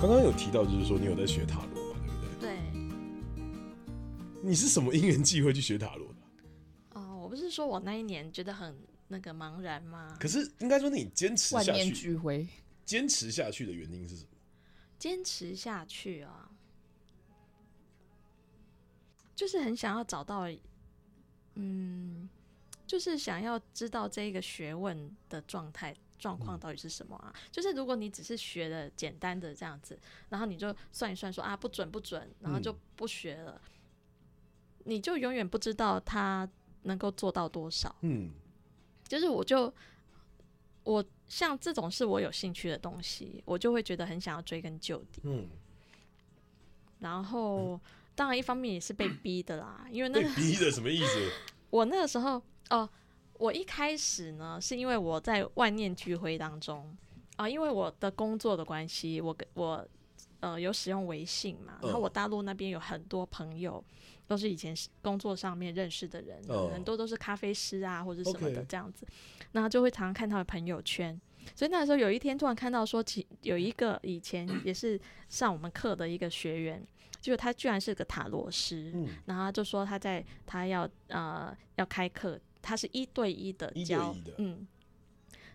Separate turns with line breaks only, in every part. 刚刚有提到，就是说你有在学塔罗嘛，对不对？
对，
你是什么因缘际会去学塔罗的？
哦，我不是说我那一年觉得很那个茫然吗？
可是应该说你坚持
万
下
念
去，
俱灰。
坚持下去的原因是什么？
坚持下去啊，就是很想要找到，嗯，就是想要知道这个学问的状态状况到底是什么啊？就是如果你只是学的简单的这样子，然后你就算一算说啊不准不准，然后就不学了，你就永远不知道他能够做到多少。
嗯，
就是我就我像这种是我有兴趣的东西，我就会觉得很想要追根究底。
嗯，
然后当然一方面也是被逼的啦，因为那
被
个
逼的什么意 思？
我那个时候哦，我一开始呢是因为我在万念俱灰当中啊、因为我的工作的关系，我跟我呃有使用微信嘛，
嗯
然后我大陆那边有很多朋友。都是以前是工作上面认识的人，
哦
很多都是咖啡师啊或者什么的
OK
这样子，然后就会常常看他的朋友圈，所以那时候有一天突然看到说，其有一个以前也是上我们课的一个学员，就他居然是个塔罗师，
嗯，
然后他就说他在他要呃要开课，他是一对一的
一对
教，
一的
嗯。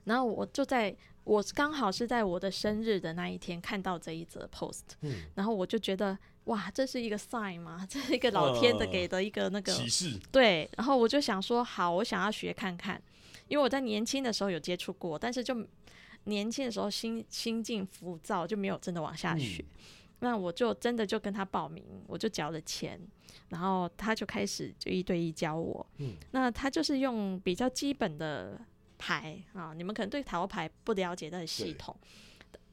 然后我就在我刚好是在我的生日的那一天看到这一则 post，、
嗯
然后我就觉得哇，这是一个 sign 吗？这是一个老天的
嗯
给的一个那个、
启示，
对，然后我就想说，好，我想要学看看，因为我在年轻的时候有接触过，但是就年轻的时候心心境浮躁，就没有真的往下学。
嗯
那我就真的就跟他报名，我就交了钱，然后他就开始就一对一教我。
嗯，
那他就是用比较基本的牌啊，你们可能对塔罗牌不了解它的系
对
统，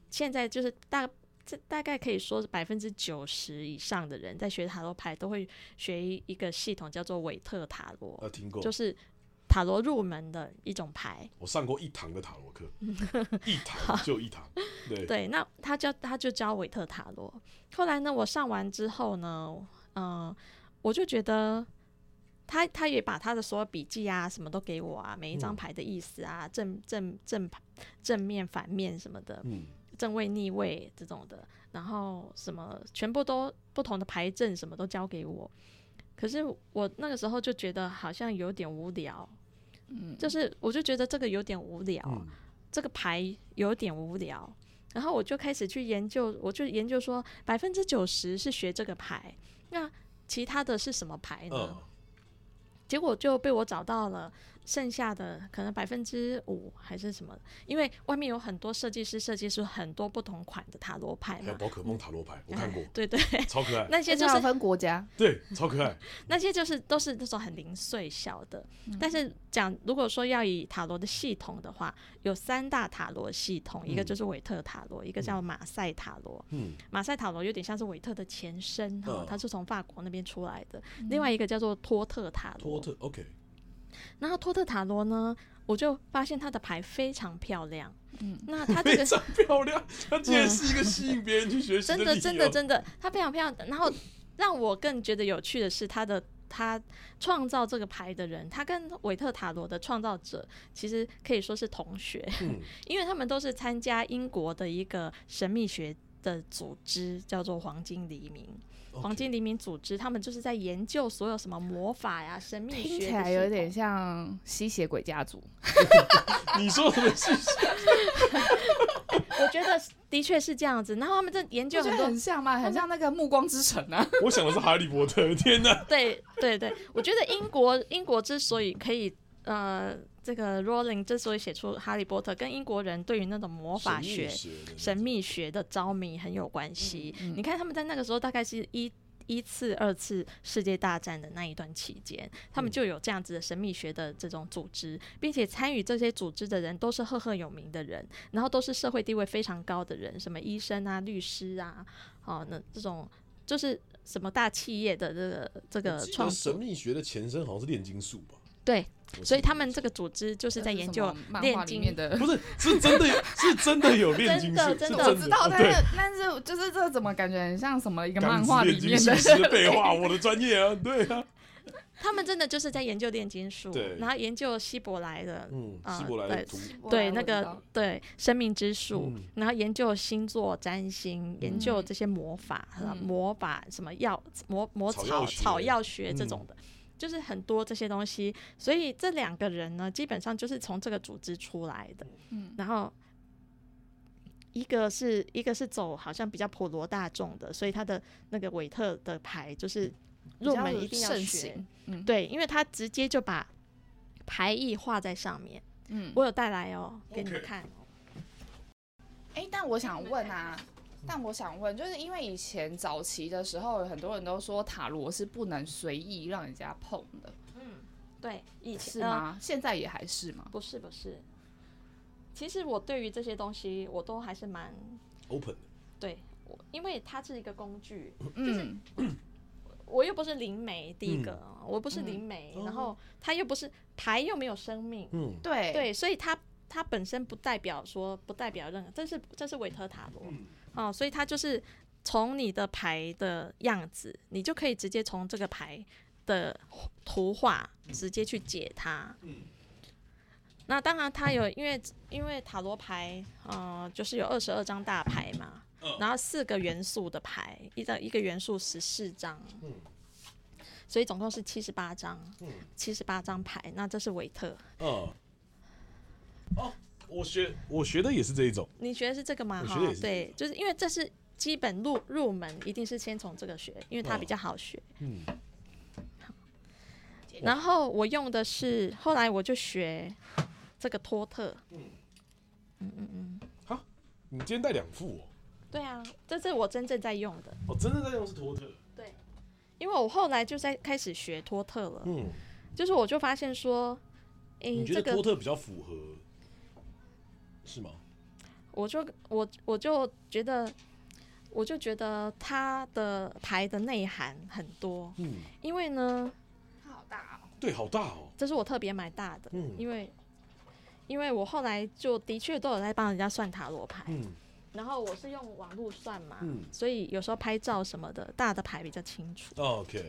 现在就是大。这大概可以说是百分之九十以上的人在学塔罗牌都会学一个系统叫做韦特塔罗，
啊，听过
就，是塔罗入门的一种牌。
我上过一堂的塔罗 课，一堂就一堂，对，
对，那他教他就教韦特塔罗。后来呢，我上完之后呢，嗯、我就觉得他他也把他的所有笔记啊，什么都给我啊，每一张
嗯
牌的意思啊，正正正正面、反面什么的，
嗯，
正位、逆位这种的，然后什么全部都不同的牌阵，什么都交给我。可是我那个时候就觉得好像有点无聊，
嗯，
就是我就觉得这个有点无聊，
嗯，
这个牌有点无聊，然后我就开始去研究，我就研究说百分之九十是学这个牌，那其他的是什么牌呢？
嗯，
结果就被我找到了，剩下的可能百分之五还是什么，因为外面有很多设计师设计出很多不同款的塔罗牌
还有
嘛，
宝可梦塔罗
嗯
牌，我看 过，
对对，
超可爱，
那些
而且
就
还
是
有分国家，
对，超可爱，
那些就是都是那种很零碎小的，但是讲如果说要以塔罗的系统的话，有三大塔罗系统，一个
嗯
就是韦特塔罗，一个叫马赛塔罗。
嗯，
马赛塔罗有点像是韦特的前身哈、
哦
它是从法国那边出来的。另外一个叫做托特塔
托
罗，
特，OK，
然后托特塔罗呢，我就发现它的牌非常漂亮。
嗯，
那它这
非
个嗯
常漂亮，它竟然是一个吸引别人去学习
真
的哦
的
理
真
由
的真的，它非常漂亮。然后让我更觉得有趣的是，它的它创造这个牌的人，他跟韦特塔罗的创造者其实可以说是同学，
嗯
因为他们都是参加英国的一个神秘学的组织，叫做黄金黎明。
，OK，
黄金黎明组织，他们就是在研究所有什么魔法呀、神秘学的
听
系统，
起来有点像吸血鬼家族。
你说什么是？
我觉得的确是这样子。然后他们这研究
我觉
很
得
多
很像嘛，很像那个《暮光之城》啊。
我想的是哈利波特，天哪！
对对对，我觉得英国英国之所以可以呃，这个 Rowling 之所以写出《哈利波特》，跟英国人对于那种魔法学、
神秘的
神秘学的着迷很有关系。
嗯嗯
你看他们在那个时候大概是一。一次、二次世界大战的那一段期间，他
嗯
们就有这样子的神秘学的这种组织，并且参与这些组织的人都是赫赫有名的人，然后都是社会地位非常高的人，什么医生啊、律师啊，哦，那这种就是什么大企业的这个这
我
个
记得
创
神秘学的前身好像是炼金术吧？
对，
我记
所以
得
他们这个组织就是 在研究
什么漫
炼
画里
金
面的
不是是真的有，是真的有炼金术，
真的
是
真的
的
我知道，
哦
但
对
是但是就是这怎么感觉很像什么一个
钢
漫
之
画里
炼金
面的
术师的废话，我的专业啊，对啊，
他们真的就是在研究炼金术
对，
然后研究希伯来的，
嗯，
啊
希伯来
对
的图，
对那个对生命之树，
嗯
然后研究星座、占星，研究
嗯
这些魔法、
嗯
啊魔法什么药、魔魔
草
草
药学
草药学这
嗯
种的。就是很多这些东西，所以这两个人呢，基本上就是从这个组织出来的。
嗯
然后一个是一个是走好像比较普罗大众的，所以他的那个韦特的牌就是论文一定要
比较盛
学，
行，嗯
对，因为他直接就把牌意画在上面。
嗯，
我有带来哦，给你们
OK
看哦。
哎，但我想 问啊，但我想问，就是因为以前早期的时候，很多人都说塔罗是不能随意让人家碰的，
对，以前
是？吗？现在也还是吗
呃？不是不是，其实我对于这些东西我都还是蛮
open
对我，因为它是一个工具，
嗯，
我又不是灵媒，第一个、我不是
嗯
灵媒，
哦
然后它又不是牌又没有生命，
嗯，
对，
对，所以它它本身不代表说不代表任何，这是这是韦特塔罗、
嗯
哦，所以它就是从你的牌的样子，你就可以直接从这个牌的图画直接去解它。
嗯
那当然，它有因为因为塔罗牌，呃，就是有二十二张大牌嘛，
嗯
然后四个元素的牌，一张一个元素十四张，
嗯
所以总共是七十八张，
嗯
七十八张牌。那这是韦特，
嗯，哦，我学我学的也是这一种，
你学的是这个吗？
我
哈
学的也，是
对，就是因为这是基本入入门，一定是先从这个学，因为它
嗯
比较好学。
嗯
然后我用的是，后来我就学这个托特，
嗯，
嗯嗯嗯，
你今天带两副哦，
对啊，这是我真正在用的，
哦，真的在用是托特，
因为我后来就在开始学托特了，
嗯，
就是我就发现说，诶，
你觉
这
得
个
托特比较符合是吗？
我就我我就觉得。我就觉得它的牌的内涵很多，
嗯，
因为呢，
它好大哦，
对，好大哦，
这是我特别买大的，
嗯
因为因为我后来就的确都有在帮人家算塔罗牌，
嗯
然后我是用网络算嘛，
嗯
所以有时候拍照什么的，大的牌比较清楚。
，OK，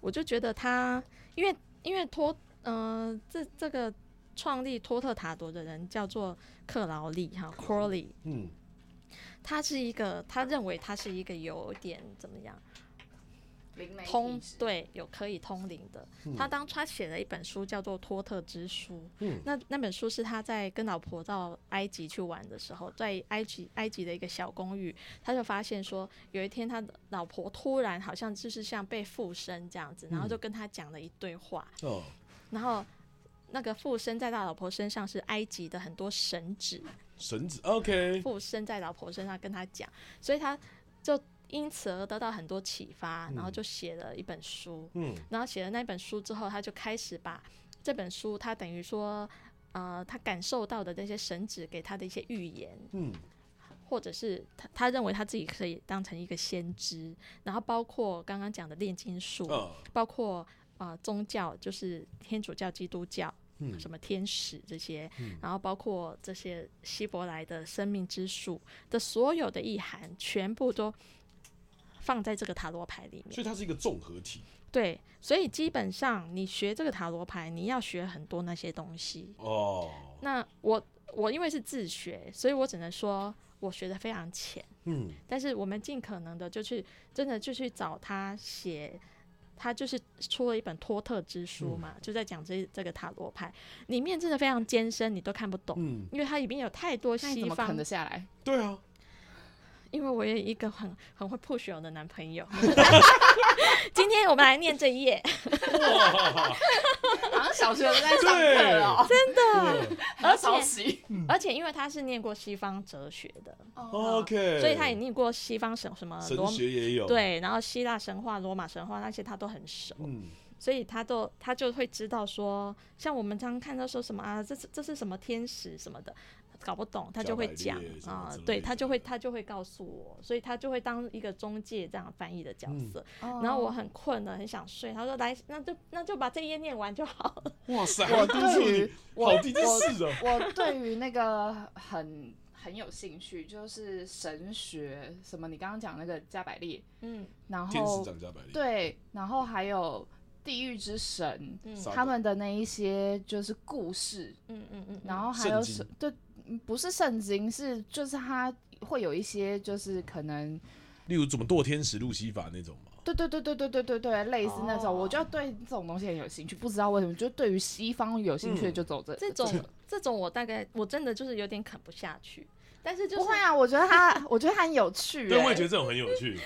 我就觉得他，因为因为托，呃，这这个创立托特塔罗的人叫做克劳利哈 Crowley，
嗯
他是一个，他认为他是一个有点怎么样
灵媒
通
体质，
对有可以通灵的。
嗯
他当他写了一本书叫做《托特之书》，
嗯
那那本书是他在跟老婆到埃及去玩的时候，在埃及埃及的一个小公寓，他就发现说，有一天他的老婆突然好像就是像被附身这样子，然后
嗯
就跟他讲了一堆话，
哦，
然后那个附身在他老婆身上是埃及的很多神祇
绳子，OK，
附身在老婆身上跟他讲，所以他就因此而得到很多启发，然后就写了一本书。
嗯
然后写了那本书之后，他就开始把这本书，他等于说，呃，他感受到的那些神旨给他的一些预言，
嗯
或者是他他认为他自己可以当成一个先知，然后包括刚刚讲的炼金术，
啊
包括呃宗教，就是天主教、基督教，
嗯
什么天使这些，
嗯
然后包括这些希伯来的生命之树的所有的意涵，全部都放在这个塔罗牌里面
所。以它是一个综合体
对，所以基本上你学这个塔罗牌，你要学很多那些东西。
哦，
那我我因为是自学，所以我只能说我学的非常浅，
嗯
但是我们尽可能的就去真的就去找他写。他就是出了一本托特之书
嗯
嘛，就在讲这这个塔罗牌，里面真的非常艰深，你都看不懂，
嗯，
因为它里面有太多
那你怎
西
么
方
啃得下来？
对啊，
因为我有一个很很会 push 我的男朋 友。今天我们来念这一页，
好像小学都在上课哦，
啊
对啊
还要抄袭。
而且哦因为他是念过西方哲学的，
哦
，OK，
所以他也念过西方什什么
神
罗
学也
哦
有，，
对，然后希腊神话、罗马神话那些他都很熟，
嗯
所以他都他就会知道说，像我们常看到说什么啊，这是这是什么天使什么的，搞不懂他就会
加
讲
百列什么
啊
之类，的
对他就会他就会告诉我，所以他就会当一个中介这样翻译的角色。
嗯
然后我
哦
很困了，很想睡，他说来，那就那就把这一页念完就好了。
哇塞，
我
督促
对
你哦
于，我
好地之士啊，
我对于那个很很有兴趣，就是神学什么，你刚刚讲那个加百列，
嗯
然
天使
后
长加百列，
对，然后还有地狱之神，
嗯
撒
他
狗
们的那一些就是故事，
嗯嗯嗯，
然后还有
圣经
什对，嗯不是圣经，是就是他会有一些就是可能，
例如怎么堕天使路西法那种嘛，
对对对对对对对对，类似那种，
哦
我就对这种东西很有兴趣，不知道为什么，就对于西方有兴趣的
嗯
就走这、
这种 这种我大概我真的就是有点啃不下去，但是就
不
是
会啊，我觉得他，我觉得他很有趣、欸，
对，我也觉得这种很有趣。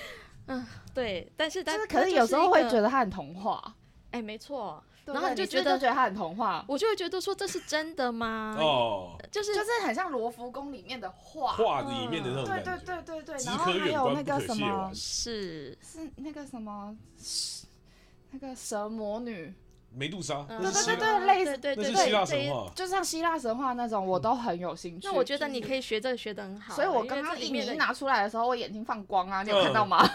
对，但是但
啊就是，可是有时候会觉得他很童话，
哎没错，
对不对
然后你就
你
觉
觉
得
觉得他很童话，
我就会觉得说这是真的吗？
哦，
就是
就是很像罗浮宫里面的画，
画里面的那种感
对对
觉，
对对对，
只
然后
可
还
远
有那
观不
个
可
什
亵
么
玩。
是
是那个什么，那个蛇魔女，
梅杜莎，
嗯
那是希
对
腊
对类似
对对
那
对
是
对
希腊
这一
神话。
就像希腊神话那种，
嗯
我都很有兴趣。
那我觉得你
就是
可以学这个学的很好啊，
所以我
因为
刚刚
这里
印
面
尼
的
一拿出来的时候，我眼睛放光啊，你有
嗯
看到吗？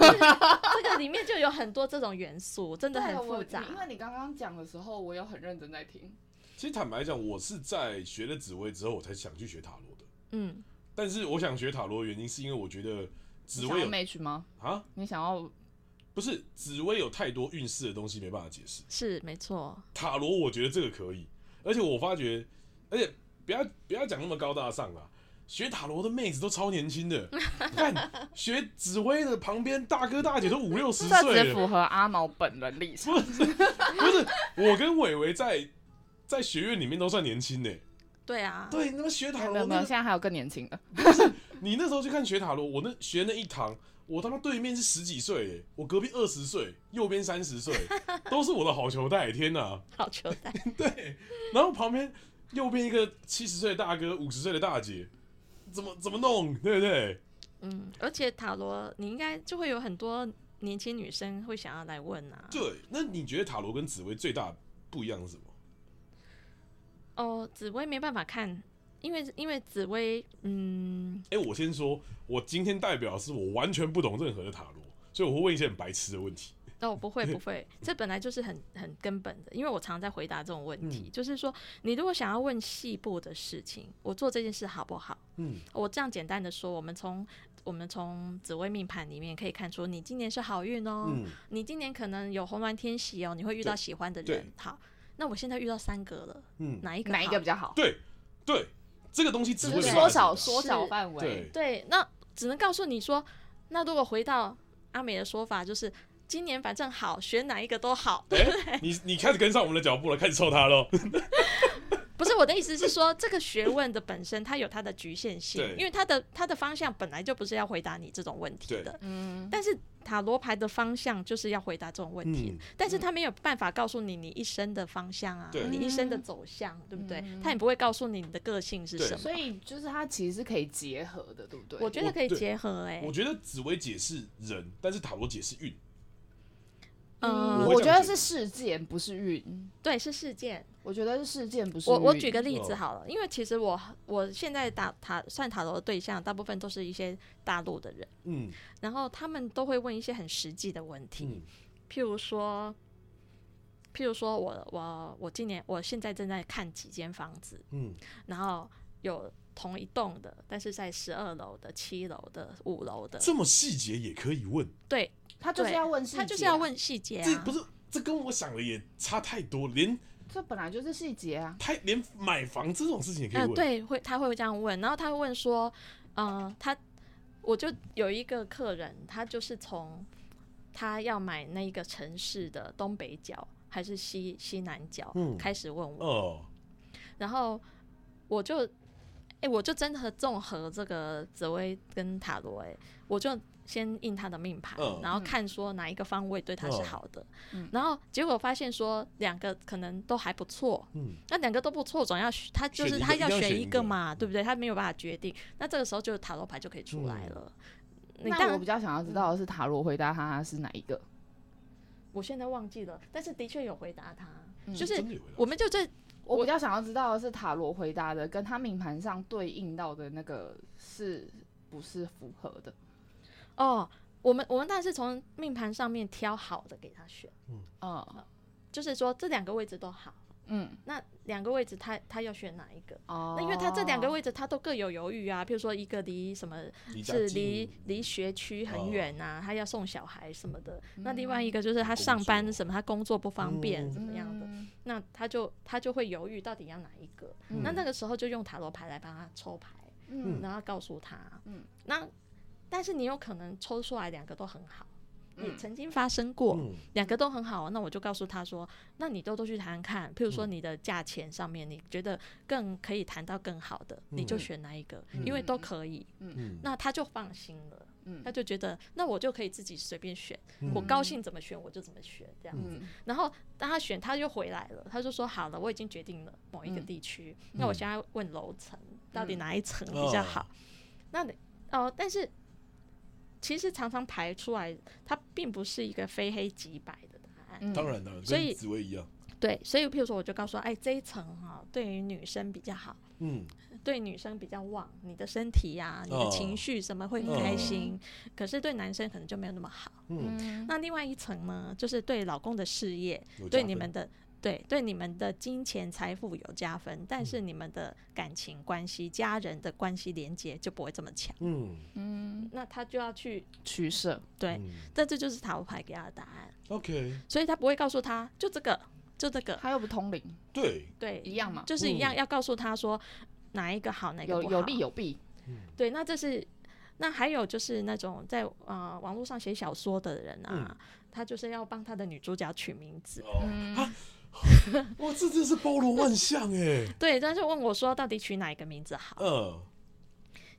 这个里面就有很多这种元素，真的很
啊我
复杂
你。因为你刚刚讲的时候，我有很认真在听。
其实坦白讲，我是在学了紫薇之后，我才想去学塔罗的。
嗯，
但是我想学塔罗的原因，是因为我觉得紫
你
薇
想要
有
match 吗？
啊，
你想要
不是紫薇有太多运势的东西没办法解释。
是没错。
塔罗，我觉得这个可以，而且我发觉，而且不要不要讲那么高大上啊。学塔罗的妹子都超年轻 的，看学紫薇的旁边大哥大姐都五六 十
这
岁
只
了，
符合阿毛本人立场。
不是？我跟伟伟在在学院里面都算年轻呢、
对啊，
对，那么学
没
塔
有
罗
没有，没
那
有
个
现在还有更年轻的。
你那时候去看学塔罗，我那学那一堂，我他妈对面是十几岁、欸，我隔壁二十岁，右边三十 岁，都是我的好球带，天哪！
好球带。
对，然后旁边右边一个七十岁的大哥，五十岁的大姐，怎么怎么弄，对不对？
嗯，而且塔罗你应该就会有很多年轻女生会想要来问啊。
对，那你觉得塔罗跟紫薇最大不一样是什么？
哦，紫薇没办法看，因为因为紫薇，嗯，
哎、我先说，我今天代表是我完全不懂任何的塔罗，所以我会问一些很白痴的问题。
哦，不 会不会，这本来就是很很根本的，因为我常在回答这种问题，就是说你如果想要问细部的事情，我做这件事好不好？
嗯，
我这样简单的说，我们从我们从紫微命盘里面可以看出，你今年是好运哦，
嗯
你今年可能有红鸾天喜哦，你会遇到
对
喜欢的人
对。
好，那我现在遇到三个了，
嗯，
哪一个？
哪一个？比较好？
对对，这个东西只
就
会
是
没
缩
办法解答
小缩小范围
对。
对，那只能告诉你说，那如果回到阿美的说法，就是今年反正好，选哪一个都好。
哎、你你开始跟上我们的脚步了，开始抽他喽。
不是我的意思是说，这个学问的本身它有它的局限性
对，
因为它的它的方向本来就不是要回答你这种问题
对
的。
嗯，
但是塔罗牌的方向就是要回答这种问题，
嗯
但是他没有办法告诉你你一生的方向啊，
对
你一生的走向，对不对？
嗯
他也不会告诉你你的个性是
对
什么
所。以就是它其实是可以结合的，对不对？
我觉得可以
我对
结合哎、
我觉得紫薇解释人，但是塔罗解释运。
嗯，
会
我
这
觉
样
得
觉
是事件，不是运。
对，是事件。
我觉得是事件，不是
我我
运
举个例子
哦
好了，因为其实我我现在打塔算塔罗的对象，大部分都是一些大陆的人，
嗯
然后他们都会问一些很实际的问题，
嗯
譬如说，譬如说我我我今年我现在正在看几间房子，
嗯
然后有同一栋的，但是在十二楼的、七楼的、五楼的，
这么细节也可以问。
对，
他就是
对
要问细节啊，
他就是要问细节
这
啊
不。是这跟我想的也差太多，连
这本来就是细节啊。
他连买房这种事情也可以
嗯、
问。
对，会他会这样问，然后他会问说，嗯、他我就有一个客人，他就是从他要买那个城市的东北角还是西西南角、
嗯
开始问我，
哦，
然后我就，哎、我就真的综合这个紫薇跟塔罗，哎，我就先印他的命盘，
嗯
然后看说哪一个方位对他是
嗯
好的，
嗯
然后结果发现说两个可能都还不错，
嗯，
那两个都不错，总要选他就
选
是
一个
他
一定要
选
选
一
一
个
个嗯
嘛，对不对？他没有办法决定，那这个时候就塔罗牌就可以出来
嗯
了。啊你当
那我
然
比，较想要知道的是塔罗回答他是哪一个？
我现在忘记了，但是的确有回答他，
嗯
就是
真的有回答
我们就这
我比较想要知道的是塔罗回答的跟他命盘上对应到的那个是不是符合的？
哦，我们我们当然是从命盘上面挑好的给他选，
嗯，
就是说这两个位置都好，
嗯，
那两个位置他他要选哪一个？
哦，
那因为他这两个位置他都各有犹豫啊，譬如说一个离什么
离家
是
近
离离学区
哦
很远啊，他要送小孩什么的。那另
嗯
外一个就是他
工
上班
作
什么，他工作不方便
嗯
怎么样的，
嗯
那他就他就会犹豫到底要哪一个。那
嗯
那个时候就用塔罗牌来帮他抽牌，
嗯
然后告诉他，
嗯，
那但是你有可能抽出来两个都很好，也
嗯
曾经发生过，
嗯
两个都很好，那我就告诉他说，那你都都去谈看，譬如说
嗯
你的价钱上面，你觉得更可以谈到更好的，你就
嗯
选哪一个，
嗯
因为都可以，
嗯，
那他就放心了。
嗯
他就觉得，那我就可以自己随便选，
嗯
我高兴怎么选我就怎么选这样。
嗯
然后当他选，他又回来了，他就说好了，我已经决定了某一个
嗯
地区，那我
嗯
现在问楼层到底
嗯
哪一层比较
哦
好？那你哦、但是其实常常排出来，它并不是一个非黑即白的答案。
嗯
当然当然，
所以
跟紫薇一样，
对，所以譬如说，我就告诉他，哎，这一层哈、对于女生比较好，
嗯
对女生比较旺，你的身体呀、你的
哦
情绪什么会很开心，嗯可是对男生可能就没有那么好。
嗯，
嗯
那另外一层呢，就是对老公的事业，
有加
对
分
你们的对对你们的金钱财富有加分，但
嗯
是你们的感情关系、家人的关系连接就不会这么强。
嗯
嗯
那他就要去
取舍，
对，
嗯
但这就是塔罗牌给他的答案，
，OK，
所以他不会告诉他就这个就这个，
他又不通灵，
对，
对，
一样嘛，
就是一
嗯
样，要告诉他说哪一个好，哪一个
有
不
有
好
利有弊，
对，那这是那还有就是那种在呃网络上写小说的人啊，
嗯
他就是要帮他的女主角取名字。
哦，
嗯
啊， 哇，这真是包罗万象哎，
对，他就问我说，到底取哪一个名字好？
嗯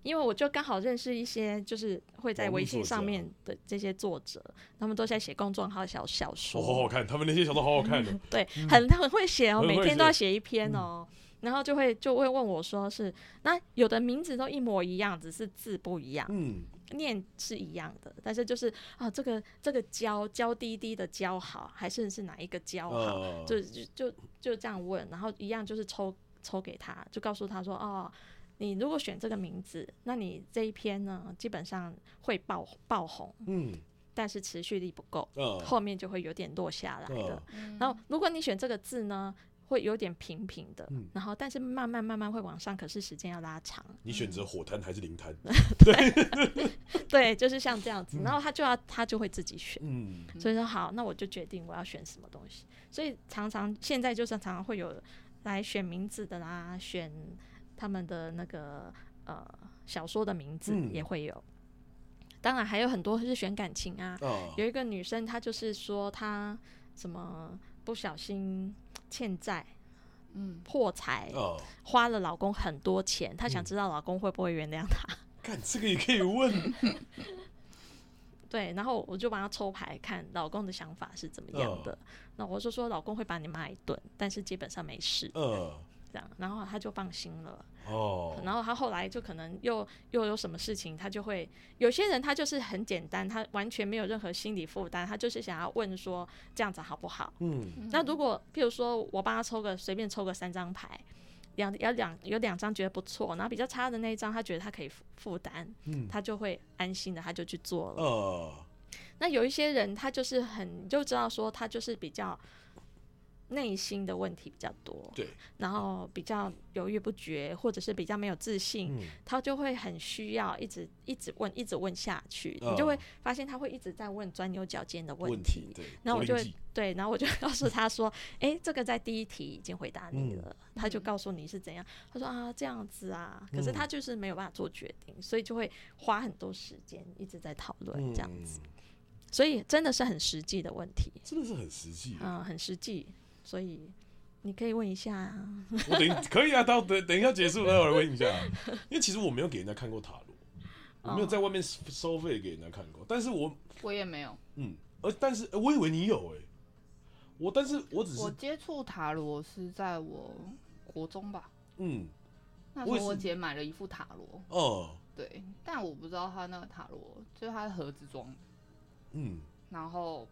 因为我就刚好认识一些，就是会在
网络
微信
作
上
家
面的这些作者，他们都在写公众号小小
哦，
说，
好好看，他们那些小说好好看的，
对，很很会写哦，
很
每
会
天都要
写嗯
写一篇哦，然后就会就会问我说是，那有的名字都一模一样，只是字不一样，
嗯
念是一样的，但是就是啊，这个这个娇娇滴滴的娇好，还是是哪一个娇哦好？
啊，
就就就就这样问，然后一样就是抽抽给他，就告诉他说哦。你如果选这个名字，那你这一篇呢，基本上会爆爆红，
嗯
但是持续力不够，
啊，
后面就会有点落下来的。
嗯
然后，如果你选这个字呢，会有点平平的，
嗯
然后但是慢慢慢慢会往上，可是时间要拉长。
你选择火炭还是灵炭？
对，就是像这样子，然后他就要他就会自己选。
嗯
所以说好，那我就决定我要选什么东西。所以常常现在就是常常会有来选名字的啦，选他们的那个呃小说的名字
嗯
也会有。当然还有很多是选感情啊，
啊，
有一个女生，她就是说她什么不小心欠债
嗯，
破财，
啊，
花了老公很多钱，她想
嗯
知道老公会不会原谅她。
看这个也可以问，
对，然后我就帮她抽牌看老公的想法是怎么样的。
嗯
那我就说老公会把你骂一顿，但是基本上没事，
嗯
这样，然后她就放心了。
哦，
然后她后来就可能又又有什么事情，她就会有些人她就是很简单，她完全没有任何心理负担，她就是想要问说这样子好不好。
嗯
那如果譬如说我帮他抽个随便抽个三张牌，两有两有两张觉得不错，然后比较差的那一张他觉得他可以负负担，
嗯
他就会安心的他就去做了。
啊，
那有一些人他就是很你就知道说他就是比较内心的问题比较多，
对，
然后比较犹豫不决，或者是比较没有自信，
嗯
他就会很需要一直一直问一直问下去，
哦
你就会发现他会一直在问钻牛角尖的
问
题
题。对，
然后我就
国
会
林记
对，然后我就 告诉他说：“诶，这个在第一题已经回答
嗯
你了。他就告诉你是怎样。他说：“啊，这样子啊。”可是
嗯
他就是没有办法做决定，所以就会花很多时间一直在讨论这样子。
嗯
所以真的是很实际的问题，
真的是很实际耶，
嗯、很实际。所以你可以问一下啊，
我等可以啊，到等等一下结束，待会儿问一下。因为其实我没有给人家看过塔罗，我
哦
没有在外面收收费给人家看过。但是我
我也没有，
嗯，而但是呃我以为你有哎、我但是我只
我
是
接触塔罗是在我国中吧，
嗯
那
我
时
也
候我
是
姐买了一副塔罗，
哦
对，但我不知道她那个塔罗就是它的盒子装的，
嗯
然后。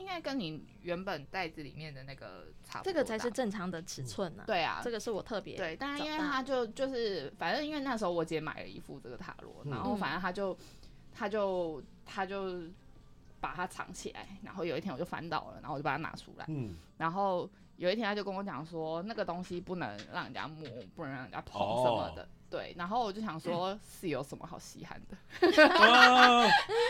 应该跟你原本袋子里面的那个差不
这
多大，
个才是正常的尺寸呢、啊。
对啊，
这个是我特别
对，但是
长
因为
大
他就就是，反正因为那时候我姐买了一副这个塔罗，
嗯
然后反正他就他就他就把它藏起来，然后有一天我就翻到了，然后我就把它拿出来，
嗯
然后有一天他就跟我讲说，那个东西不能让人家摸，不能让人家碰什么的。对，然后我就想说， 是有什么好稀罕的？
啊，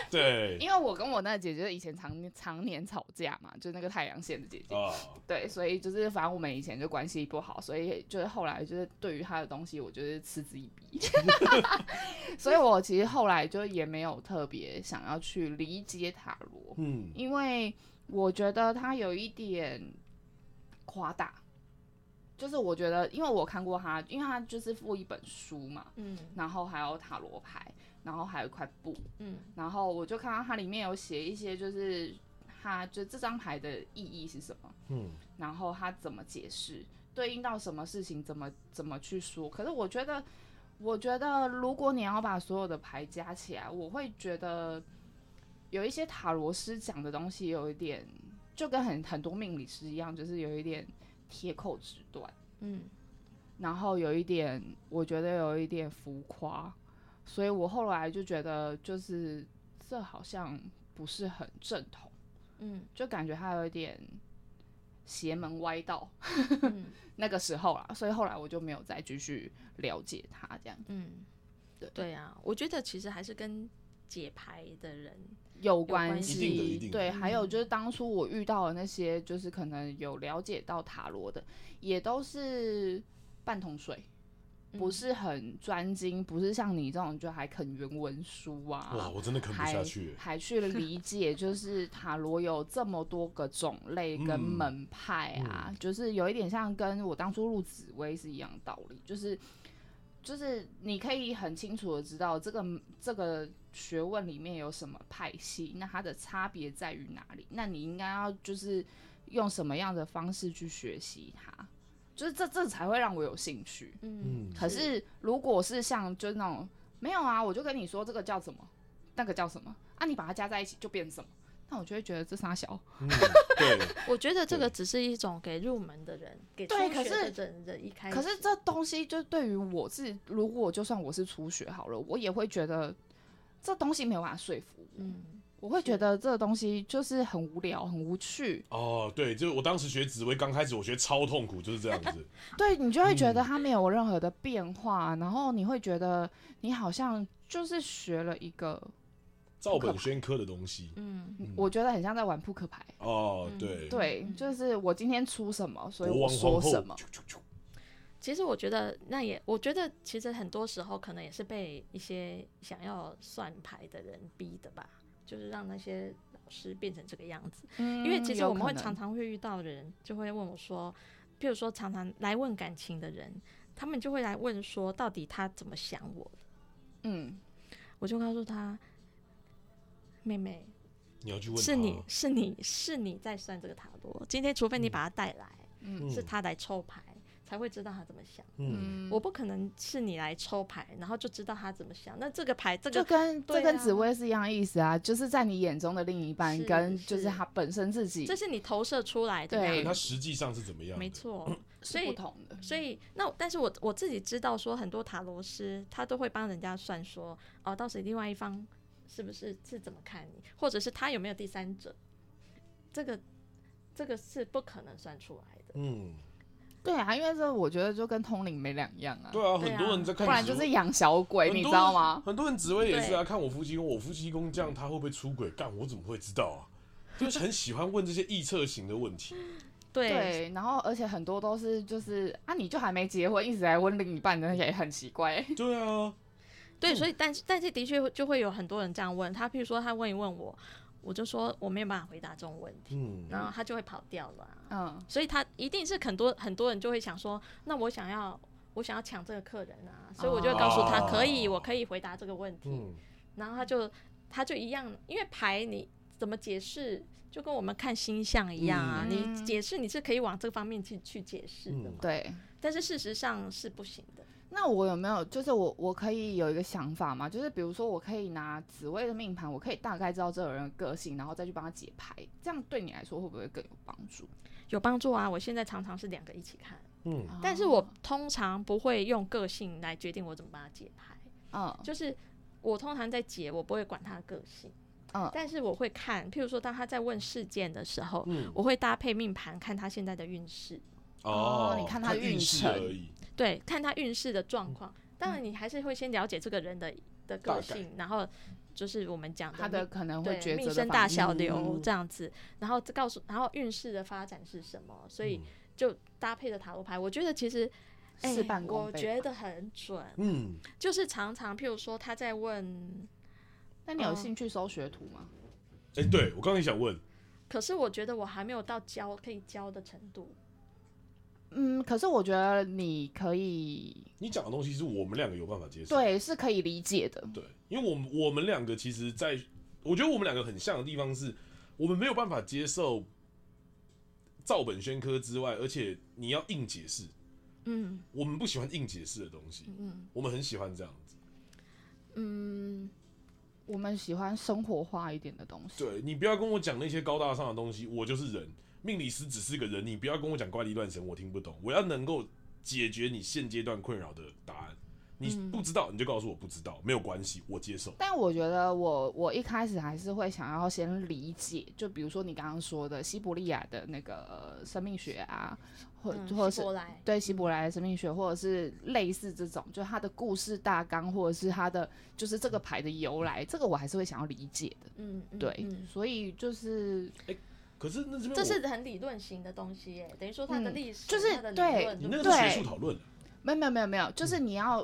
对
因为我跟我那个姐姐以前常常年吵架嘛，就是那个太阳线的姐姐。
啊，
对，所以就是反正我们以前就关系不好，所以就是后来就是对于他的东西，我就是嗤之以鼻。 所以我其实后来就也没有特别想要去理解塔罗，
嗯，
因为我觉得他有一点夸大。就是我觉得，因为我看过他，因为他就是附一本书嘛，
嗯
然后还有塔罗牌，然后还有一块布，
嗯
然后我就看到它里面有写一些，就是它就这张牌的意义是什么，
嗯，
然后它怎么解释，对应到什么事情，怎么怎么去说。可是我觉得，我觉得如果你要把所有的牌加起来，我会觉得有一些塔罗师讲的东西有一点，就跟很很多命理师一样，就是有一点贴扣直断。
嗯
然后有一点，我觉得有一点浮夸，所以我后来就觉得，就是这好像不是很正统，
嗯
就感觉它有一点邪门歪道。
嗯
那个时候啦，所以后来我就没有再继续了解它，这样
嗯，
对
对啊，我觉得其实还是跟解牌的人，
有
关
关
一
系
定的一
系
定。的
对，还有
嗯
就是当初我遇到的那些，就是可能有了解到塔罗的，也都是半桶水。
嗯
不是很专精，不是像你这种就还啃原文书啊，
哇，我真的啃不下去，
还去理解，就是塔罗有这么多个种类跟
嗯
门派啊，就是有一点像跟我当初入紫薇是一样的道理，就是就是你可以很清楚的知道这个这个学问里面有什么派系，那它的差别在于哪里，那你应该要就是用什么样的方式去学习它，就是这这才会让我有兴趣。
嗯
嗯，
可是如果是像就是那种没有啊，我就跟你说这个叫什么，那个叫什么啊，你把它加在一起就变什么，那我就会觉得这仨小。
嗯，对，
我觉得这个
对
只是一种给入门的人，给初
对可
学
是
的人的一开始，
可是这东西就对于我是，如果就算我是初学好了，我也会觉得这东西没有办法说服我，
嗯
我会觉
是
得这个东西就是很无聊、很无趣。
哦，对，就是我当时学紫薇，刚开始我学超痛苦，就是这样子，
对你就会觉得
嗯
它没有任何的变化，然后你会觉得你好像就是学了一个，
照本宣科的东西。
嗯
嗯
我觉得很像在玩扑克牌。
哦，
嗯
对，
对
嗯，
就是我今天出什么，所以
国
我
王
说
皇后
什么。
啾啾啾
其实我觉得那也，我觉得其实很多时候可能也是被一些想要算牌的人逼的吧，就是让那些老师变成这个样子。
嗯
因为其实我们会
有可能
常常会遇到的人，就会问我说，譬如说常常来问感情的人，他们就会来问说，到底他怎么想我？
嗯，
我就告诉他，妹妹，
你要去问
是
他哦
你是你是你在算这个塔罗，今天除非你把他带来，
嗯
是他来抽牌，才会知道他怎么想。
嗯，
嗯
我不可能是你来抽牌，然后就知道他怎么想。那这个牌，这
就
个
跟
对
这跟
啊
紫薇是一样的意思啊，就是在你眼中的另一半
是
跟就是
是
他本身自己
这是你投射出来的
对
呀，
他实际上是怎么样的？
没错。所
是不
以，
同的。
所以那但是我我自己知道说，很多塔罗师他都会帮人家算说，哦，到底另外一方是不是是怎么看你，或者是他有没有第三者，这个这个是不可能算出来的。
嗯，
对啊，因为这我觉得就跟通灵没两样啊，
对啊，
对
很
啊
多人在
不
看紫薇，
然就是养小鬼，
很
你
多
知道
人
吗？
很多人紫薇也是啊，看我夫妻宫，我夫妻宫这样，他会不会出轨？干，我怎么会知道啊？就是很喜欢问这些臆测型的问题。
对，
对，然后而且很多都是就是啊，你就还没结婚，一直在问另一半，那也很奇怪。
对啊，
对，所以但是但是的确就会有很多人这样问他，譬如说他问一问我，我就说我没有办法回答这种问题，
嗯，
然后他就会跑掉了啊、
嗯，
所以他一定是很多很多人就会想说，那我想要我想要抢这个客人啊，所以我就会告诉他
哦
可以，我可以回答这个问题，
嗯，
然后他就他就一样，因为牌你怎么解释，就跟我们看星象一样啊，
嗯
你解释你是可以往这方面去去解释的
嗯
嘛，
对。
但是事实上是不行的，
那我有没有就是我我可以有一个想法嘛？就是比如说我可以拿紫薇的命盘，我可以大概知道这个人的个性，然后再去帮他解牌，这样对你来说会不会更有帮助？
有帮助啊，我现在常常是两个一起看。
嗯，
但是我通常不会用个性来决定我怎么帮他解牌，
嗯
就是我通常在解，我不会管他的个性，
嗯
但是我会看，譬如说当他在问事件的时候，
嗯，
我会搭配命盘看他现在的运势，
哦你看
看
他的
运
运
势
程
而已，
对，看他运势的状况。
嗯
当然，你还是会先了解这个人的的
大概
个性，然后就是我们讲
他的可能
对，
会抉择
命
的
生
方
大
式
小
嗯
流这样子，然后告诉，然后运势的发展是什么，所以就搭配着塔罗牌，我觉得其实，哎、
嗯事半功
我
倍
觉
吧
得很准，
嗯，
就是常常譬如说他在问，
那你有
嗯
兴趣收学徒吗？
哎、对我刚才想问，
可是我觉得我还没有到教可以教的程度，
嗯，可是我觉得你可以，
你讲的东西是我们两个有办法接受的，
对，是可以理解的。
对，因为我们我们两个其实在，我觉得我们两个很像的地方是，我们没有办法接受照本宣科之外，而且你要硬解释，
嗯
我们不喜欢硬解释的东西，
嗯
我们很喜欢这样子。
嗯，
我们喜欢生活化一点的东西。
对你不要跟我讲那些高大上的东西，我就是人，命理师只是个人，你不要跟我讲怪力乱神，我听不懂。我要能够解决你现阶段困扰的答案，你
嗯
不知道你就告诉我不知道，没有关系，我接受。
但我觉得我我一开始还是会想要先理解，就比如说你刚刚说的西伯利亚的那个呃生命学啊，或、
嗯
或
希
是
伯嗯来，
对希伯来的生命学，或者是类似这种，就它的故事大纲，或者是它的就是这个牌的由来，这个我还是会想要理解的。
嗯，嗯
对，
嗯
所以就是
可是那这边
这
我
是很理论型的东西耶，等于说它的
嗯
历史、
就是
它的理
对
论
你那个
不
是
对
学术讨论啊，
没有没有没有没有，就是你要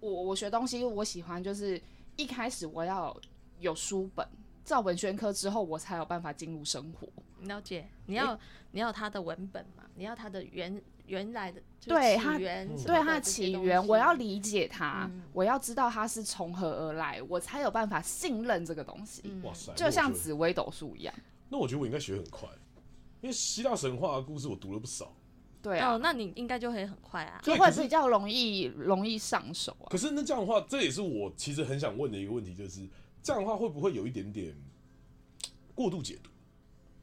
我我学东西，我喜欢就是一开始我要有书本，照本宣科之后，我才有办法进入生活。
了解，你要、你要它的文本嘛，你要它的原原来的就是
对
起
它
源
嗯
什么
对
的
它的
这些
起
东
源，我
西
要理解它，
嗯
我要知道它是从何而来，我才有办法信任这个东西。
嗯
哇塞，
就像
那我觉得
紫微斗数一样，
那我觉得我应该学很快，因为希腊神话的故事我读了不少。
对啊，
哦，那你应该就会很快啊。
就
对
会
可是
比较容易容易上手啊。
可是那这样的话，这也是我其实很想问的一个问题，就是这样的话会不会有一点点过度解读？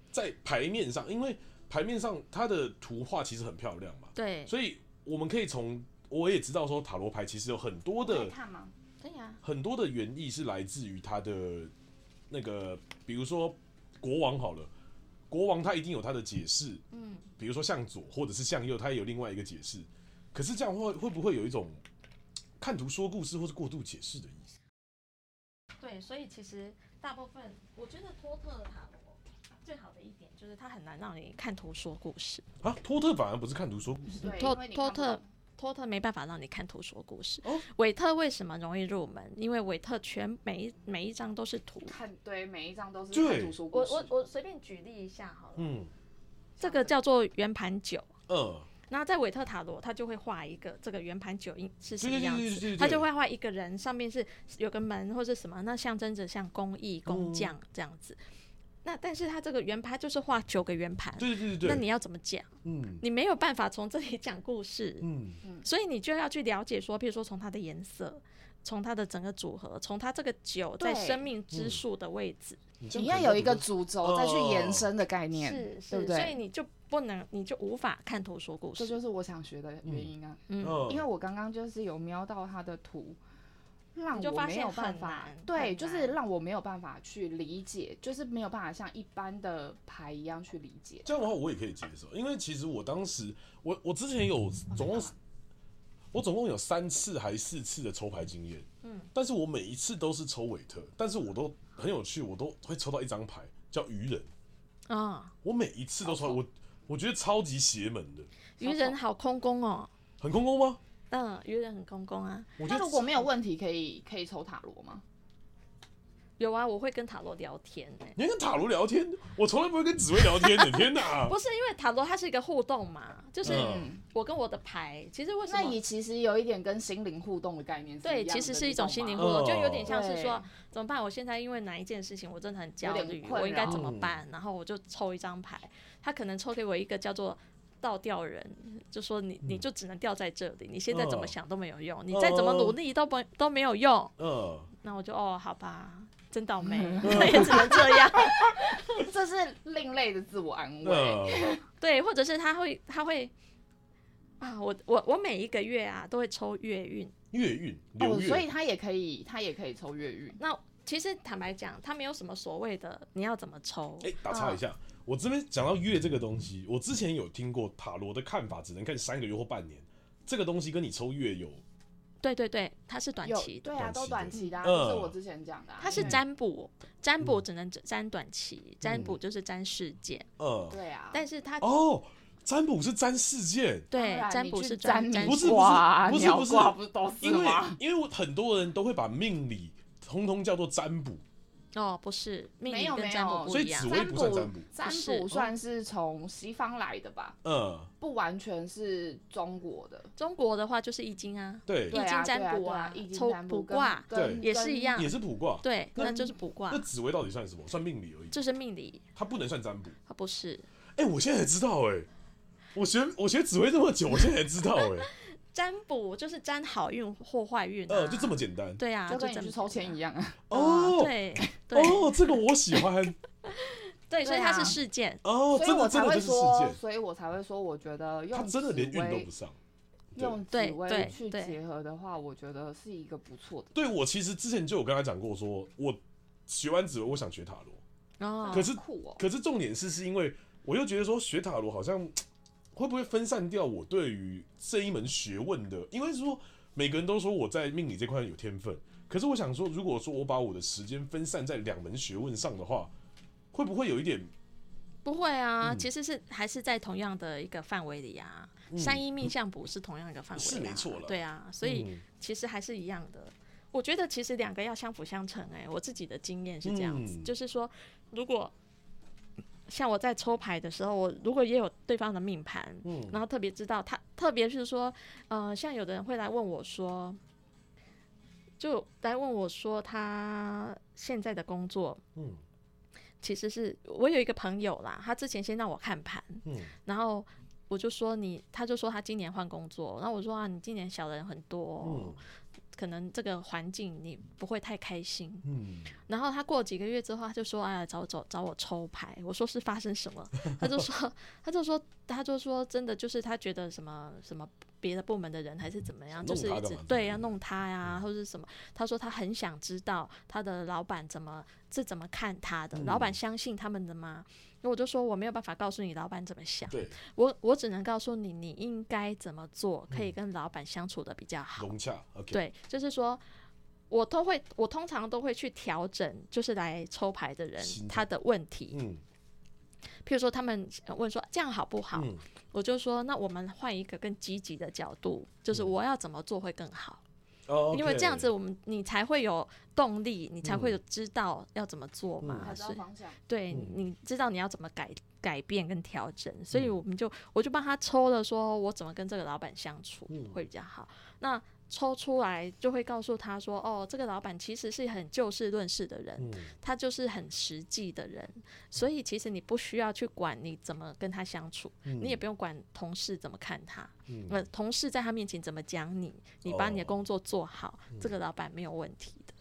在牌面上，因为牌面上它的图画其实很漂亮嘛，
对，
所以我们可以从我也知道说塔罗牌其实有很多
可
的
以看吗？
可以啊。
很多的原意是来自于它的那个，比如说国王好了，国王他一定有他的解释，
嗯，
比如说向左或者是向右，它也有另外一个解释。可是这样会会不会有一种看图说故事或是过度解释的意思？
对，所以其实大部分我觉得托特塔罗最好的一点就是它很难让你看图说故事，
啊，托特反而不是看图说故事，
对
托
因为你看不
托特
懂
托特没办法让你看图说故事。
哦
韦特为什么容易入门？因为韦特全每一每一张都是图。
看对每一张都是
对
看图书
我
故事。
我我随便举例一下好了，
嗯
这个叫做圆盘九。
嗯，
然后在韦特塔罗，他就会画一个这个圆盘九印是什么
对对对
样
对对对
子，
对
他就会画一个人，上面是有个门或者什么，那象征着像工艺、工
嗯
匠这样子。那但是他这个圆盘就是画九个圆盘，
对对对对，
那你要怎么讲？
嗯
你没有办法从这里讲故事，
嗯
所以你就要去了解说，譬如说从它的颜色，从它的整个组合，从它这个九在
对
生命
嗯
之树的位置，
这
你
样
要
可能
有一个
比较
主轴再去延
哦
伸的概念，
哦是是，
对不
所以
对？
你就不能，你就无法看图说故
这
事。
就是我想学的原因啊。
嗯，
嗯，
因为我刚刚就是有瞄到他的图，让
你就
我
发
没
现
有办
很
法
难，
对，
很
就是
难
让我没有办法去理解，就是没有办法像一般的牌一样去理解。
这样的话我也可以接受，因为其实我当时我我之前有
嗯
总共我总共有三次还四次的抽牌经验，嗯
嗯，
但是我每一次都是抽韦特，但是我都很有趣，我都会抽到一张牌叫愚人，
啊，
我每一次都抽，我我觉得超级邪门的，
愚人好空宫哦。
很空空吗？
嗯，愚人很公公啊，
我觉
那
得
如果没有问题，可以可以抽塔罗吗？
有啊，我会跟塔罗聊天、欸、
你还跟塔罗聊天，我从来不会跟紫薇聊天的，天 哪！
不是因为塔罗它是一个互动嘛，就是
嗯
我跟我的牌，其实为什
那
么
也？其实有一点跟心灵互动的概念是
对，
一样
其实
的
是
你
一种
懂
心
吗
灵互
互动
动，就有点像是说
对
怎么办？我现在因为哪一件事情我真的很焦
有点
虑，
困
我应该
扰
怎么办？然后我就抽一张牌，他可能抽给我一个叫做倒吊人，就说你
嗯
你就只能吊在这里，你现在怎么
哦
想都没有用，你再怎么
哦
努力都不都没有用。
嗯，
那我就哦，好吧，真倒霉，
嗯
我 也只能这样。
这是另类的自我安慰。哦
嗯，
对，或者是他会他会啊，我我我每一个月啊都会抽月运，
月运
哦
流，月，
所以他也可以，他也可以抽越狱。
那其实坦白讲，它没有什么所谓的你要怎么抽，
哎、打
嗯
岔一下，我这边讲到月这个东西，我之前有听过塔罗的看法，只能看三个月或半年。这个东西跟你抽月有，
对对对，它是短
有
期的，
对
短
啊，
期
都
的
短期的、啊，
嗯
这是我之前讲的、啊。
它是
嗯
占卜，占卜只能占短期，占卜就是占事件，
呃，
对啊，
但是它
嗯哦，占卜是占事件，
对
当然
占
嗯你
卜
去
是专
占
占
卜不
事
是
卦
不是
鸟
不是
卦不是都是
因为
吗？
因为我很多人都会把命理通通叫做占卜，
哦，不是命
没
理
有
跟
没
占卜
有
不
所以
一样
紫。薇不算占卜
占
不是哦
卜算是从西方来的吧，
嗯，
不完全是中国的。
中国的话就是易经啊，
对
对，啊，
易经占卜
啊
啊，
对易经
抽
占
卜
卜
卦
跟跟
也是一样
也是卜卦。
对，
那
那就是卜
啊
卦
那，紫薇到底算什么？算命理而已，
这是命理，
它不能算占卜。
它不是
哎、我现在才知道、哎，我学我学紫薇这么久，我现在才知道、 哎，
占卜就是占好运或坏运啊，
呃，就这么简单。
对啊，
就
就
跟你
这么
去抽签一
样。
样啊。
哦，
哦，
对 对
哦，这个我喜欢。
对，所以它
对啊
是事件，
哦，
所以
真
我
的
才
真的
会
就是事
说，
件。
所以我才会说，我觉得
他
用紫
真的连运都
薇
不上。对
用紫
对
薇
对
去
对
结合的话，我觉得是一个不错的。
对我其实之前就有跟他讲过说我学完紫薇，我想学塔罗。
哦，
可是
好酷哦，
可是重点是，是因为我又觉得说学塔罗好像会不会分散掉我对于这一门学问的？因为是说每个人都说我在命理这块有天分，可是我想说，如果说我把我的时间分散在两门学问上的话，会不会有一点？
不会啊，
嗯
其实是还是在同样的一个范围里啊。
嗯
三一命相卜是同样一个范围、啊，
是没错啦
对啊，所以
嗯
其实还是一样的。我觉得其实两个要相辅相成、哎，我自己的经验是这样子，
嗯
就是说，如果像我在抽牌的时候，我如果也有对方的命盘，
嗯
然后特别知道他，特别是说，呃，像有的人会来问我说，就来问我说他现在的工作
嗯
其实是我有一个朋友啦，他之前先让我看盘，
嗯
然后我就说你，他就说他今年换工作，然后我说啊，你今年小人很多哦、
嗯
可能这个环境你不会太开心。
嗯，
然后他过几个月之后，他就说哎呀，找找找我抽牌，我说是发生什么， 他就说他就说他就说真的就是他觉得什么什么。别的部门的人还是怎么样，
想
就是
弄他
一直
干嘛之
对
类的
要弄他呀、
嗯
或者是什么。他说他很想知道他的老板怎么是怎么看他的，
嗯
老板相信他们的吗？那我就说我没有办法告诉你老板怎么想，
对，
我我只能告诉你，你应该怎么做，
嗯
可以跟老板相处的比较好。
融洽，OK，，
对，就是说，我都会，我通常都会去调整，就是来抽牌的人
心态
他的问题。
嗯
譬如说，他们呃问说这样好不好，
嗯
我就说那我们换一个更积极的角度，就是
嗯
我要怎么做会更好，
哦，OK，
因为这样子我们你才会有动力，你才会有知道要怎么做
嗯
嘛。
才知道
所以
方向。
对，
嗯
你知道你要怎么改改变跟调整，所以
嗯
我们就我就帮他抽了，说我怎么跟这个老板相处
嗯
会比较好。那抽出来就会告诉他说，哦，这个老板其实是很就事论事的人，
嗯
他就是很实际的人，所以其实你不需要去管你怎么跟他相处，
嗯
你也不用管同事怎么看他，
嗯
呃，同事在他面前怎么讲你，你把你的
哦嗯
工作做好，这个老板没有问题的。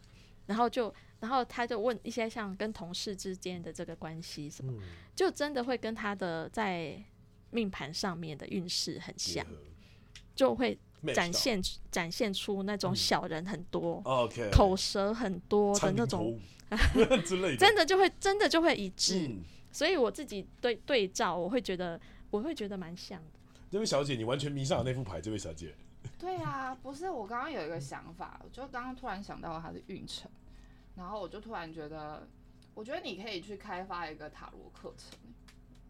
然后就，然后他就问一些像跟同事之间的这个关系什么，
嗯
就真的会跟他的在命盘上面的运势很
结
像
合，
就会
match 到
展现展现出那种
嗯
小人很多、
OK
口舌很多的
苍蝇
那
头
种，
舞之类的，
真的就会真的就会一致。
嗯
所以我自己对对照，我会觉得我会觉得蛮像的。
这位小姐，你完全迷上了那副牌。这位小姐，
对啊，不是我刚刚有一个想法，我就刚刚突然想到它的运程，然后我就突然觉得，我觉得你可以去开发一个塔罗课程。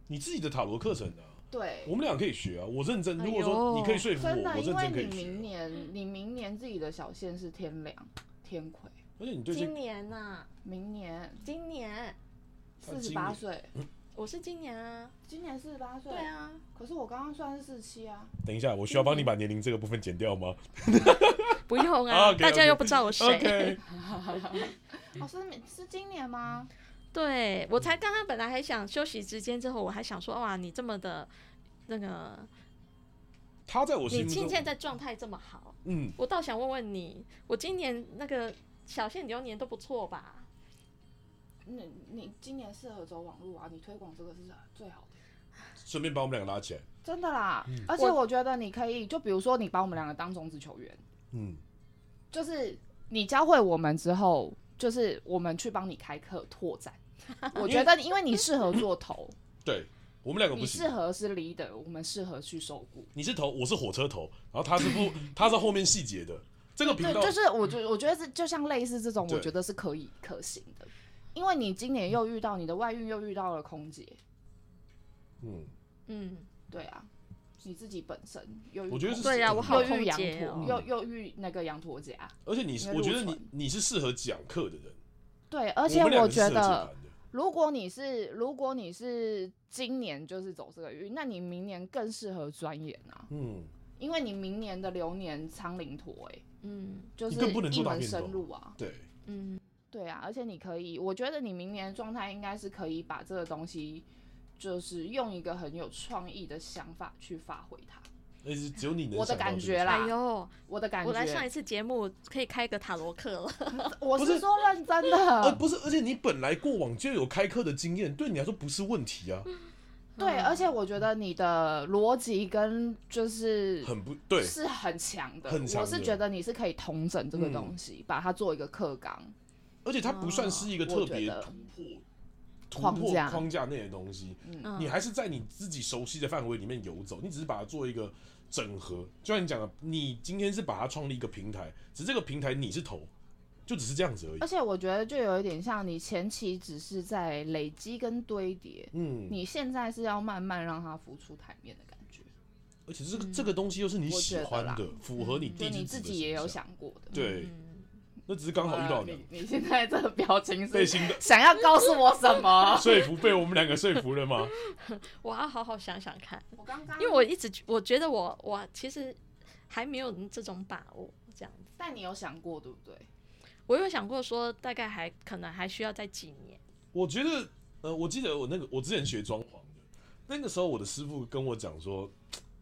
你自己的塔罗课程呢、啊？
对，
我们俩可以学啊。我认真，
哎呦
如果说你可以说服我，
真
我
的，因
认
为
真可以
你
学
明
啊。
年你明年自己的小限是天梁、天魁，
而且你对这
今年呐、
明年
今年
他
四十
哦今
八
年嗯
岁，
我是今年啊，
今年四十八岁，
对。啊，
可是我刚刚算是四七啊，
等一下，我需要帮你把年龄这个部分剪掉吗
不用
啊
啊，
，OK，OK
大家又不知道我谁。
？OK，嗯
哦，是明是今年吗？
对我才刚刚本来还想休息之间之后，我还想说哇，你这么的那个，
他在我心
你
目
现
中
在，在状态这么好，
嗯，
我倒想问问你，我今年那个小限流年都不错吧？
你你今年适合走网路啊，你推广这个是最好的。
顺便把我们两个拉起来，
真的啦，
嗯
而且我觉得你可以，就比如说你把我们两个当种子球员，
嗯，
就是你教会我们之后，就是我们去帮你开课拓 展。我觉得，因为你适合做头，
对我们两个
你
不
适
行，
合是 leader，我们适合去受雇。
你是头，我是火车头，然后他是 不，他是后面细节的。这个频
对，
道
就是我觉我觉得是就像类似这种，
对
我觉得是可以可行的，因为你今年又遇到你的外遇，又遇到了空姐，
嗯，
嗯，
对啊，你自己本身又遇
我觉得
空
是
对呀、啊
这种
我好
又遇
纠
羊
结
驼，
哦。
又又遇那个羊驼啊夹，
而且你是，
因为
我觉
入
得你
船
你是适合讲课的人，
对，而且
我们两
我
个是
觉
适合
得
解。盘
如果你是如果你是今年就是走这个运，那你明年更适合钻研啊，
的，嗯，
因为你明年的流年苍灵陀哎、
嗯
就
你
是
更不能
一
做大
门
变
深
动
入啊，
对，
嗯，
对啊，而且你可以，我觉得你明年的状态应该是可以把这个东西，就是用一个很有创意的想法去发挥它。
那是哎只有你能
我的
想到
感
这
觉
个事
啦
哎呦，
我的感觉，
我来上一次节目可以开个塔罗课了。
我
不
是
是
说认真
而
的，
呃不是，而且你本来过往就有开课的经验，对你来说不是问题啊，
嗯对，而且我觉得你的逻辑跟就是
很不对，
是很强的，
很强
我是
的嗯
觉得你是可以统整这个东西，把它做一个课纲。
而且它不算是一个特别
哦我觉得
突破、突
框架
破框架内的东西，
嗯
你还是在你自己熟悉的范围里面游走，你只是把它做一个整合。就像你讲的，你今天是把它创立一个平台，只是这个平台你是头，就只是这样子而已
而。且我觉得就有一点像你前期只是在累积跟堆叠，
嗯，
你现在是要慢慢让它浮出台面的感觉。
而且这个这个东西又是你喜欢
我觉
的，符合你
就
地
你
基
自
子的
己也有
形
想过的。
象，
嗯
对，
嗯
那只是刚好遇到
呃
你，
你。 你现在这个表情
内
是
心的
想要告诉我什么？
说服被我们两个说服了吗？
我要好好想想看，
我刚刚
因为我一直我觉得我我其实还没有这种把握，这样子。
但你有想过对不对？
我有想过说，大概还可能还需要再几年。
我觉得，呃，我记得我那个我之前学装潢的，那个时候我的师傅跟我讲说，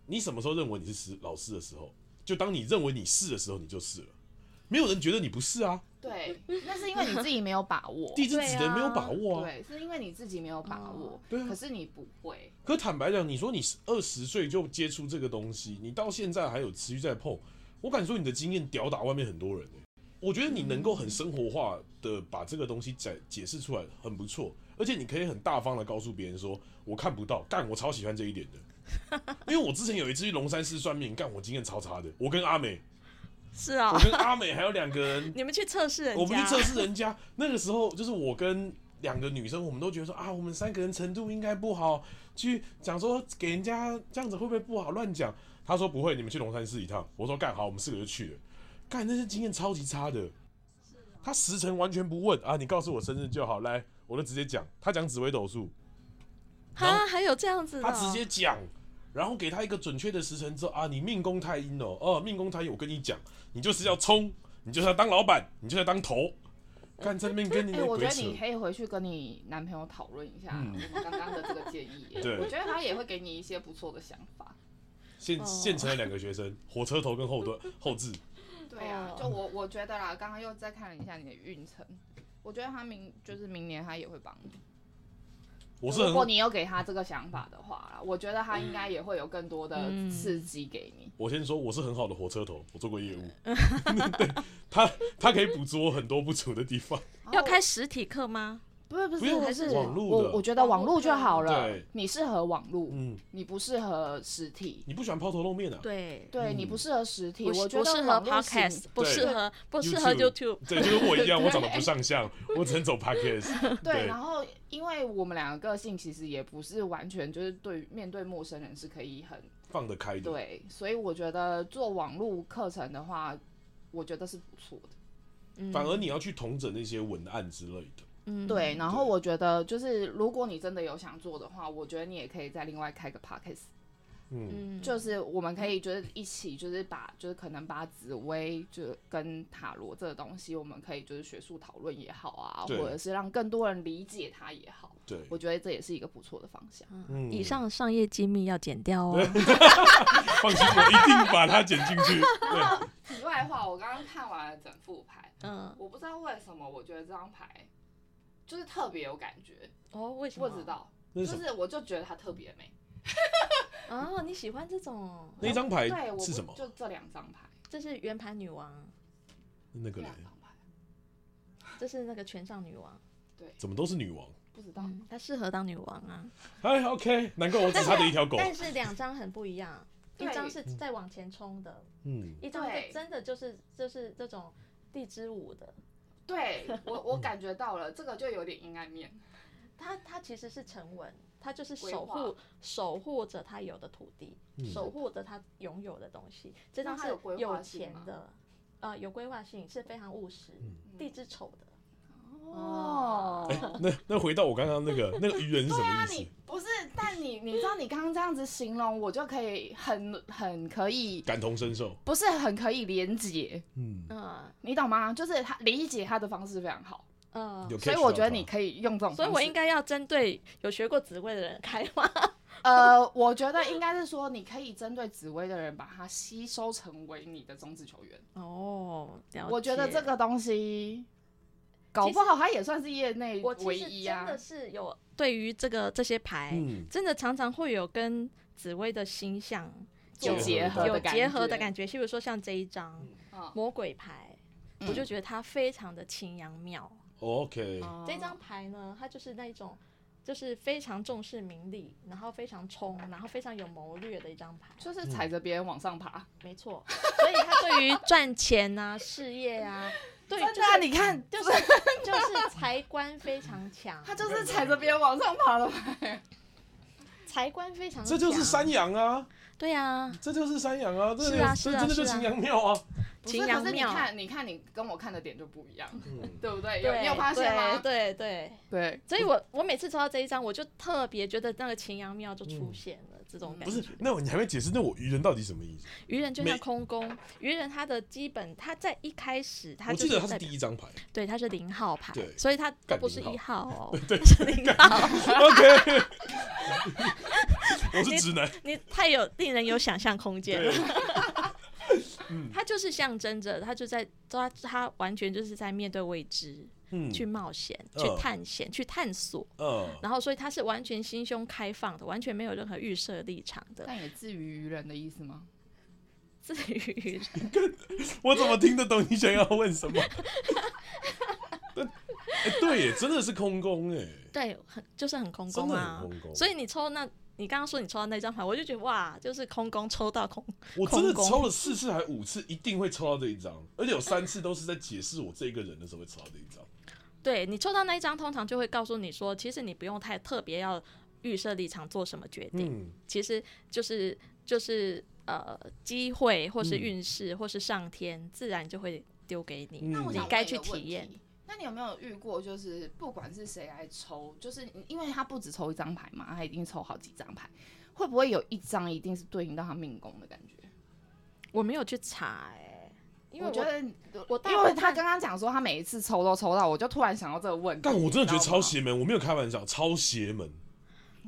你什么时候认为你是师老师的时候，就当你认为你是的时候，你就是了。没有人觉得你不是啊，
对，那是因为你自己没有把握。
地之子
哦对
的
啊
没有把握啊。
对，是因为你自己没有把握，
对啊
可是你不会，
可坦白讲，你说你二十岁就接触这个东西，你到现在还有持续在碰，我敢说你的经验吊打外面很多人、欸、我觉得你能够很生活化的把这个东西解解释出来，很不错。而且你可以很大方的告诉别人说，我看不到，干我超喜欢这一点的。因为我之前有一次去龙山寺算命，干我经验超差的。我跟阿美，
是啊
我，跟阿美还有两个人
你们去测试人家，
我们去测试人家。 那个时候就是我跟两个女生，我们都觉得说啊，我们三个人程度应该不好，去讲说给人家这样子会不会不好乱讲？他说不会，你们去龙山寺一趟。我说干好，我们四个就去了。干那些经验超级差的，他时辰完全不问啊，你告诉我生日就好，来，我就直接讲。他讲紫微斗数，然
哈，还有这样子的
啊
他
哦，
直接讲，然后给他一个准确的时辰之后啊，你命宫太阴哦，哦、命宫太阴，我跟你讲，你就是要冲，你就是要当老板，你就是要当头，干这边跟你
哎、
的
我
鬼
觉得
扯
你。可以回去跟你男朋友讨论一下
嗯。
我们刚刚的这个建议
对
我觉得他也会给你一些不错的想法。
现
哦
现成了两个学生，火车头跟后 盾后置，
对啊
哦，
就我我觉得啦，刚刚又再看了一下你的运程，我觉得他明就是明年他也会帮你。
我是
如果
很，
你有给他这个想法的话啦，我觉得他应该也会有更多的
嗯
刺激给你。
我先说我是很好的火车头，我做过业 务，对他他可以捕捉我很多不足的地方，
哦要开实体课吗？
哦不是不
不用
是，还是
网络的
我我觉得网络就好
网络
了
对。
你适合网络，
嗯，
你不适合实体。
你不喜欢抛头露面啊？
对，
对
嗯
你不适合实体，
不
我
是
觉
不
得
适合
网络型
podcast，不适合不适合
YouTube
YouTube。
对，就是我一样，我长得不上 相，我只能走 podcast，
对，
对
然后因为我们两个个性其实也不是完全就是对于面对陌生人是可以很
放得开的，
对，所以我觉得做网络课程的话，我觉得是不错的。
嗯
反而你要去统整那些文案之类的，
嗯
对，然后
对
我觉得就是如果你真的有想做的话，我觉得你也可以再另外开个 podcast，、
嗯，
嗯
就是我们可以就是一起就是把就是可能把紫薇就跟塔罗这个东西，我们可以就是学术讨论也好啊，
对
或者是让更多人理解它也好，
对，
我觉得这也是一个不错的方向。
嗯
以上商业机密要剪 掉哦。
放心，我一定把它剪进去，对，
题外话，我刚刚看完了整副牌，
嗯，
我不知道为什么，我觉得这张牌就是特别有感觉，
哦，为什
不
么？
知道，
那
就是
什么？
是我就觉得它特别美。
啊，你喜欢这种？
那张
对，
牌
我不
是什么？
就这两张牌，
这是圆盘女王，
那个
这
嘞
两张牌。
这是那个权杖女王，
怎么都是女王？
不知道。
嗯，她适合当女王啊。
哎，OK，难怪我只差的一条狗。
但是两张很不一样，一
对
张是再往前冲的，
嗯，
一张
对
就真的就是就是这种地之舞的。
对 我我感觉到了，这个就有点阴暗面。
它它其实是沉稳，它就是
规
守
划
护守护着他有的土地，
嗯
守护着他拥有的东西。这张
它
是
有规划
有
性
钱
吗
的，呃，有规划性，是非常务实，
嗯
地之丑的。
哦，
那那回到我刚刚那个那个愚人是什
对
么
啊，
意思
你？不是，但你你知道你刚刚这样子形容，我就可以很很可以，
感同身受。
不是很可以连结，
嗯，
嗯
你懂吗？就是他理解他的方式非常好，
嗯，
有 catch
所以我觉得
到
你
它
可以用这种方式。
所以我应该要针对有学过紫薇的人开吗？
呃，我觉得应该是说，你可以针对紫薇的人，把他吸收成为你的种子球员。
哦，了
我觉得
解
这个东西，搞不好他也算是业内
我
唯
其实
一
真
啊
的。是有对于这个这些牌，
嗯
真的常常会有跟紫薇的星象
有结合
有
的
结合的
觉。
感觉，譬如说像这一张
嗯
魔鬼牌，
嗯哦
我就觉得它非常的清扬妙。
OK，
嗯
这张牌呢，它就是那一种。就是非常重视名利，然后非常冲，然后非常有谋略的一张牌，
嗯
就是踩着别人往上爬。
没错。所以它对于赚钱啊、事业啊，对，
真
就
的啊，
是
你看，
就是就是财官非常强，
他就是踩着别人往上爬的嘛。
财官非常强，
这就是山羊啊，
对啊，
这就是山羊啊，这
是
有
啊
这
是啊
真的就是
是啊
秦羊庙啊。
不是，
秦阳
可是你
庙，
看，你看你跟我看的点就不一样，
嗯，
对不对？有
对，
你有发现吗？
对对对，
对，
所以我我每次抽到这一张，我就特别觉得那个秦阳庙就出现了、这种感
不
觉。
是，那我你还没解释，那我愚人到底什么意思？
愚人就
每
像空宫，愚人他的基本他在一开始他
我
就
记得它是
代
第
表
一张牌。
对他是零号牌
对，
所以他
干
都不是
零
一号哦，
对
他是零号。
OK，我是
你
直 男。
你太有令人有想象空间
对
了。，他就是象征着，他就在他他完全就是在面对未知，
嗯，
去冒险，
嗯
去探险，去探索。
嗯，
然后，所以他是完全心胸开放的，完全没有任何预设立场的。
但也至于愚人的意思吗？
至于
我怎么听得懂你想要问什么？但哎，对耶，真的是空宫哎，
对，很就是很空
真
宫
的
啊
很空。宫。
所以你抽那，你刚刚说你抽到那张牌，我就觉得哇，就是空宫抽到空，
我真的
空宫
抽了四次还五次，一定会抽到这一张，而且有三次都是在解释我这个人的时候会抽到这一张。
对你抽到那一张，通常就会告诉你说，其实你不用太特别要预设立场做什么决定，
嗯，
其实就是就是呃机会或是
嗯
运势、或是上天自然就会丢给你，
嗯
那我
你
想
该
问一
去
个问
体验
题。那你有没有遇过，就是不管是谁来抽，就是你因为他不只抽一张牌嘛，他一定抽好几张牌，会不会有一张一定是对应到他命宫的感觉？
我没有去查哎、因为
我
我
觉得，
我大
因
部
为
分
他刚刚讲说他每一次抽都抽到，我就突然想到这个问题。
但我真的觉得超
你知
邪门，我没有开玩笑，超邪门。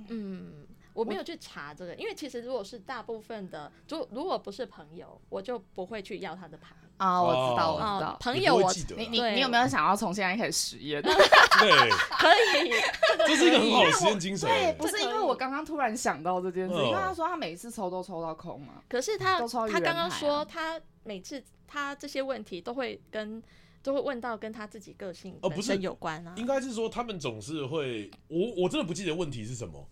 嗯，我没有去查这个，因为其实如果是大部分的，就如果不是朋友，我就不会去要他的牌。
道吗啊，我知道，
哦
我知
哦
道，。
朋
你
友
不会
我
记得啊
你你
对
你有没有想要从现在开始实 验？
对，
可以，
这是一个很好的实验精神。欸
对，不
这
是
可以
因为我刚刚突然想到这件事，
嗯
因为他说他每一次抽都抽到空嘛。
可是他
都超愚
他
人
刚刚
牌啊
说他每次他这些问题都会跟都会问到跟他自己个性
哦
本
不是
身有关啊。
应该是说他们总是会，我我真的不记得问题是什么，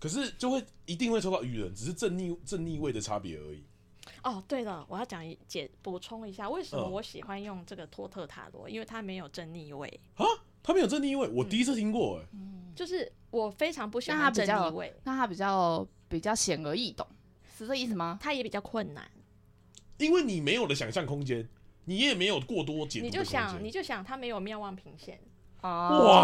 可是就会一定会抽到愚人，只是正逆正逆位的差别而已。
哦，对了，我要讲一解补充一下，为什么
嗯
我喜欢用这个托特塔罗，因为它没有正逆位，
他们有正逆位，我第一次听过哎、
就是我非常不喜
那它
欢
比
正
较
逆位，
那他比较比较显而易懂，是这意思吗？
它也比较困难。
因为你没有了想象空间，你也没有过多解读
你
的
就
空
想，
间。
你就想它没有妙望平线，
哇，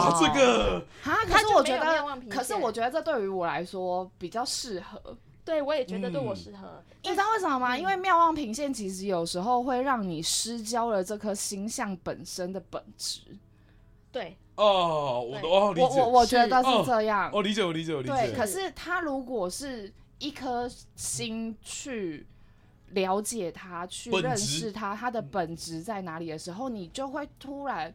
哦
这个
啊！可
他
是
就
我
没
觉
有愿望
得，
凭
可是
借
我觉得这对于我来说比较适合。
对我也觉得对我
嗯
适合。
你知道为什么吗？因嗯为妙望平线其实有时候会让你失焦了这颗星象本身的本质。
对，
哦，我都哦理
我
解，
我
我
我觉得
是
是这样。
理解，我理解，我理
对，
解。
可是它如果是一颗心去了解它、去
本质
认识它，它的本质在哪里的时候，你就会突然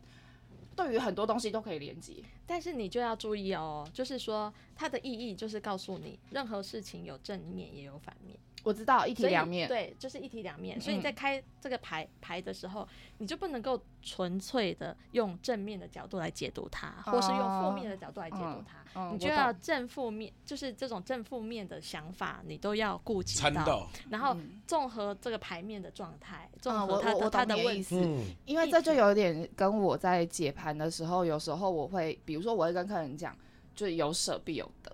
对于很多东西都可以连接。
但是你就要注意哦，就是说它的意义就是告诉你，任何事情有正面也有反面。
我知道一体
所以
两面，
对，就是一体两面。所以你
嗯
在开这个牌牌的时候，你就不能够纯粹的用正面的角度来解读它，或是用负
哦
面的角度来解读
嗯
它。
嗯，
你
我
就要
懂
正负面，就是这种正负面的想法，你都要顾及
参到，
然后
嗯
综合这个牌面的状态，综
嗯，
合
我
他
我
的
我
他
懂
的
你的
问
意
题，
思，
嗯
因为
一
这就
体
有点跟我在解盘的时候，有时候我会，比如说我会跟客人讲，就是有舍必有得，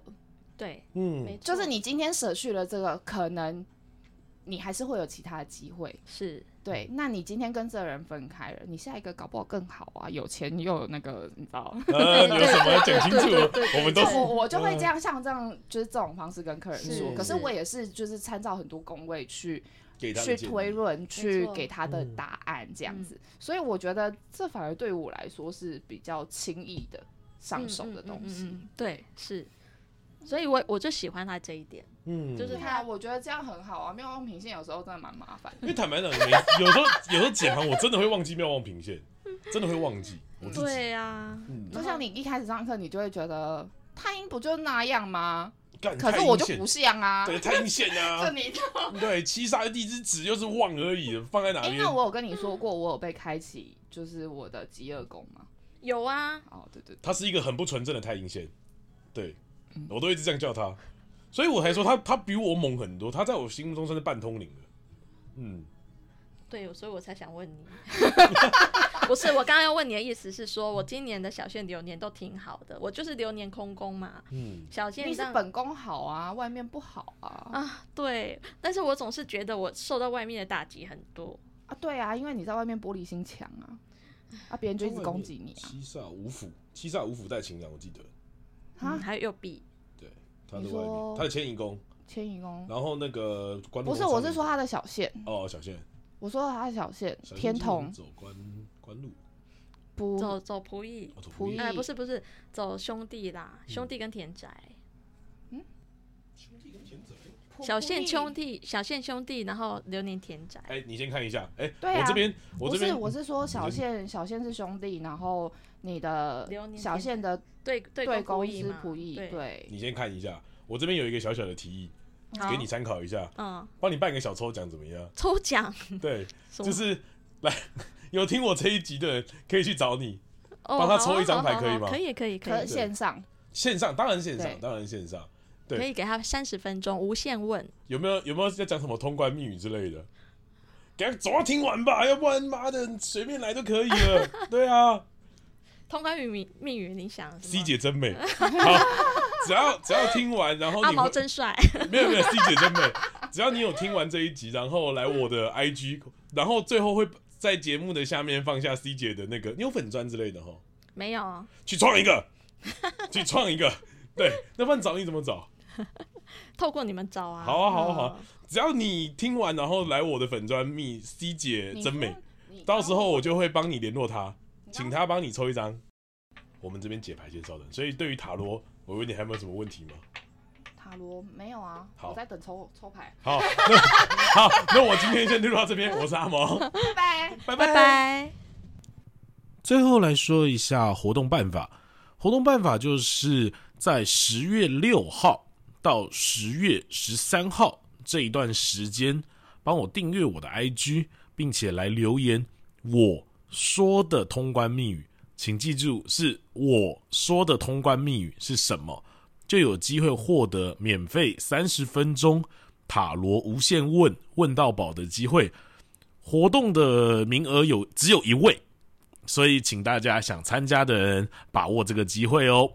对，没
嗯，
错，
就是你今天舍去了这个，可能你还是会有其他的机会。
是
对，那你今天跟这个人分开了，你下一个搞不好更好啊，有钱又有那个，你知道。
呃，有什么讲清
对对对
楚
对，对
我们
就
都
是
是
我我就会
嗯
这样，像这样就是这种方式跟客人
是
说，可是
是
我也是就是参照很多工位去
给他
去
的建议
推论，去
错
给他的
嗯
答案这样
嗯
子。所以我觉得这反而对我来说是比较轻易的上手的东
嗯嗯嗯
西。
嗯对，是，所以我我就喜欢他这一点，
嗯，
就是
对
他
啊，我觉得这样很好啊，妙用平线有时候真的蛮麻烦的。
因为坦白讲，每有时候有时候解盘，我真的会忘记妙望平线，真的会忘记我自己。
对啊，
嗯，
就像你一开始上课，你就会觉得太阴不就那样吗？
干
可
太
是
阴
我就
线
不像啊，
对太阴线
这
啊，
你
对七杀的地之子就是望而已，放在哪
哎，
边
那？我有跟你说过，我有被开启就是我的极恶宫吗？
有啊，
哦，对对对，
它是一个很不纯正的太阴线，对我都一直这样叫它，所以我才说它它比我猛很多，它在我心目中算是半通灵的。嗯，
对，所以我才想问你， 不是我刚刚要问你的意思是说，我今年的小限流年都挺好的，我就是流年空宫嘛，
嗯，
小限
你是
让
本宫好啊，外面不好啊
啊，对，但是我总是觉得我受到外面的打击很多，
啊，对啊，因为你在外面玻璃心强啊，啊，别人就一直攻击你啊
七煞五府，七煞五府带情感，我记得
嗯，
啊，
还有右臂，
对，它的
你
外面，
说
它的牵引宫，
迁移宫
然后那个关
不是，我是说他的小线，
哦，小线
我说他的小线
小线
天
基本
同
走关关路，
不
走走仆役，
哦走
仆
仆役
役嗯
哎、不是不是，走兄弟啦，兄弟跟田宅，
兄弟跟田宅
小县兄
弟，
弟，小县兄弟，然后流年田宅，
哎，你先看一下，哎，
对啊
我这边我
不
这
是，
边
我是说小
你这
线，小线是兄弟，然后你的
流年
小
天
线的
对对
对
公仆
公
役
司
嘛，
仆役，
对，
对，
你先看一下，我这边有一个小小的提议，
好
给你参考一下，
嗯，
帮你办个小抽奖怎么样？
抽奖
对，
什么
就是来有听我这一集的人可以去找你，
哦
帮他
好
抽
啊
一张
好
牌
好
可以
好
吗
可以可以可
可
以，
线上
线上当然线上
对
当然线上，对
可以给他三十分钟无限问，
有没有有没有要讲什么通关密语之类的？给他总要听完吧，要不然妈的随便来都可以了。对啊
通关语密密语，你想什
，C
么？
姐真美，好，只要只要听完，然后
阿
你
毛
会
真帅，
没有没有，C 姐真美。只要你有听完这一集，然后来我的 IG，然后最后会在节目的下面放下 C 姐的那个，你有粉砖之类的哈，
没有哦，
去创一个，去创一个。对，那不然找你怎么找？
透过你们找啊，
好啊好啊好啊
嗯
只要你听完，然后来我的粉砖密 C 姐
你
真
说
美，
你
到
刚
时候我就会帮你联络她，
你
请
刚
她帮你抽一张。我们这边解牌先稍等，所以对于塔罗，我问你还有没有什么问题吗？
塔罗没有啊，
好
我在等抽抽牌，
好，那好，那我今天先录到这边，我是阿毛，
拜拜。
拜
拜拜。
最后来说一下活动办法，活动办法就是在十月六号到十月十三号这一段时间，帮我订阅我的 IG，并且来留言我说的通关密语，请记住是我说的通关密语是什么，就有机会获得免费三十分钟塔罗无限问问到宝的机会。活动的名额有只有一位，所以请大家想参加的人把握这个机会哦。